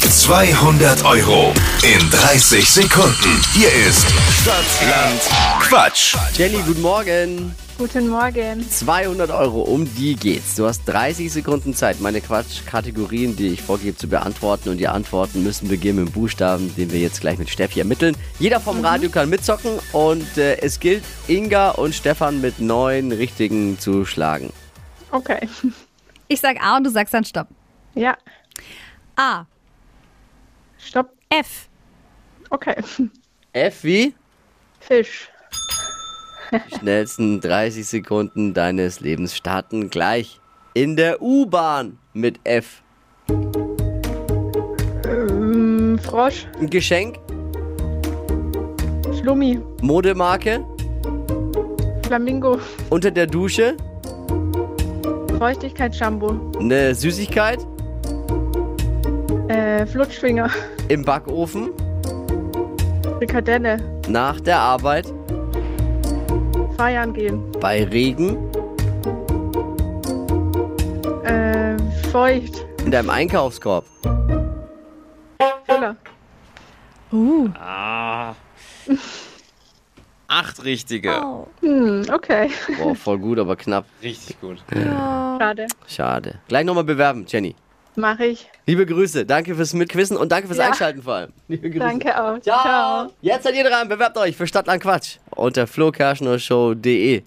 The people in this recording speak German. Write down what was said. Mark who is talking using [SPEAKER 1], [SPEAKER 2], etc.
[SPEAKER 1] 200 Euro in 30 Sekunden. Hier ist Stadtland Quatsch.
[SPEAKER 2] Jenny, guten Morgen.
[SPEAKER 3] Guten Morgen.
[SPEAKER 2] 200 Euro, um die geht's. Du hast 30 Sekunden Zeit, meine Quatschkategorien, die ich vorgebe, zu beantworten. Und die Antworten müssen beginnen mit dem Buchstaben, den wir jetzt gleich mit Steffi ermitteln. Jeder vom Radio kann mitzocken und äh, es gilt, Inga und Stefan mit neun richtigen zu schlagen.
[SPEAKER 3] Okay.
[SPEAKER 4] Ich sag A und du sagst dann Stopp.
[SPEAKER 3] Ja.
[SPEAKER 4] A,
[SPEAKER 3] Stopp.
[SPEAKER 4] F,
[SPEAKER 3] Okay.
[SPEAKER 2] F wie?
[SPEAKER 3] Fisch.
[SPEAKER 2] Die schnellsten 30 Sekunden deines Lebens starten gleich in der U-Bahn mit F.
[SPEAKER 3] Ähm, Frosch.
[SPEAKER 2] Ein Geschenk,
[SPEAKER 3] Schlummi.
[SPEAKER 2] Modemarke,
[SPEAKER 3] Flamingo.
[SPEAKER 2] unter der Dusche,
[SPEAKER 3] Feuchtigkeitsshampoo.
[SPEAKER 2] eine Süßigkeit,
[SPEAKER 3] Äh, Flutschfinger.
[SPEAKER 2] im Backofen,
[SPEAKER 3] Frikadelle.
[SPEAKER 2] nach der Arbeit,
[SPEAKER 3] Feiern gehen.
[SPEAKER 2] bei Regen,
[SPEAKER 3] Äh, feucht.
[SPEAKER 2] in deinem Einkaufskorb.
[SPEAKER 3] Füller.
[SPEAKER 5] Acht richtige.
[SPEAKER 3] Hm, okay.
[SPEAKER 2] Boah, voll gut, aber knapp.
[SPEAKER 5] Richtig gut.
[SPEAKER 3] Schade.
[SPEAKER 2] Schade. Gleich nochmal bewerben, Jenny.
[SPEAKER 3] Mach ich.
[SPEAKER 2] Liebe Grüße, danke fürs Mitquissen und danke fürs
[SPEAKER 3] Ja.
[SPEAKER 2] Einschalten vor allem. Liebe Grüße.
[SPEAKER 3] Danke auch.
[SPEAKER 2] Ciao. Jetzt seid ihr dran, bewerbt euch für Stadtland Quatsch unter flokerschnershow.de.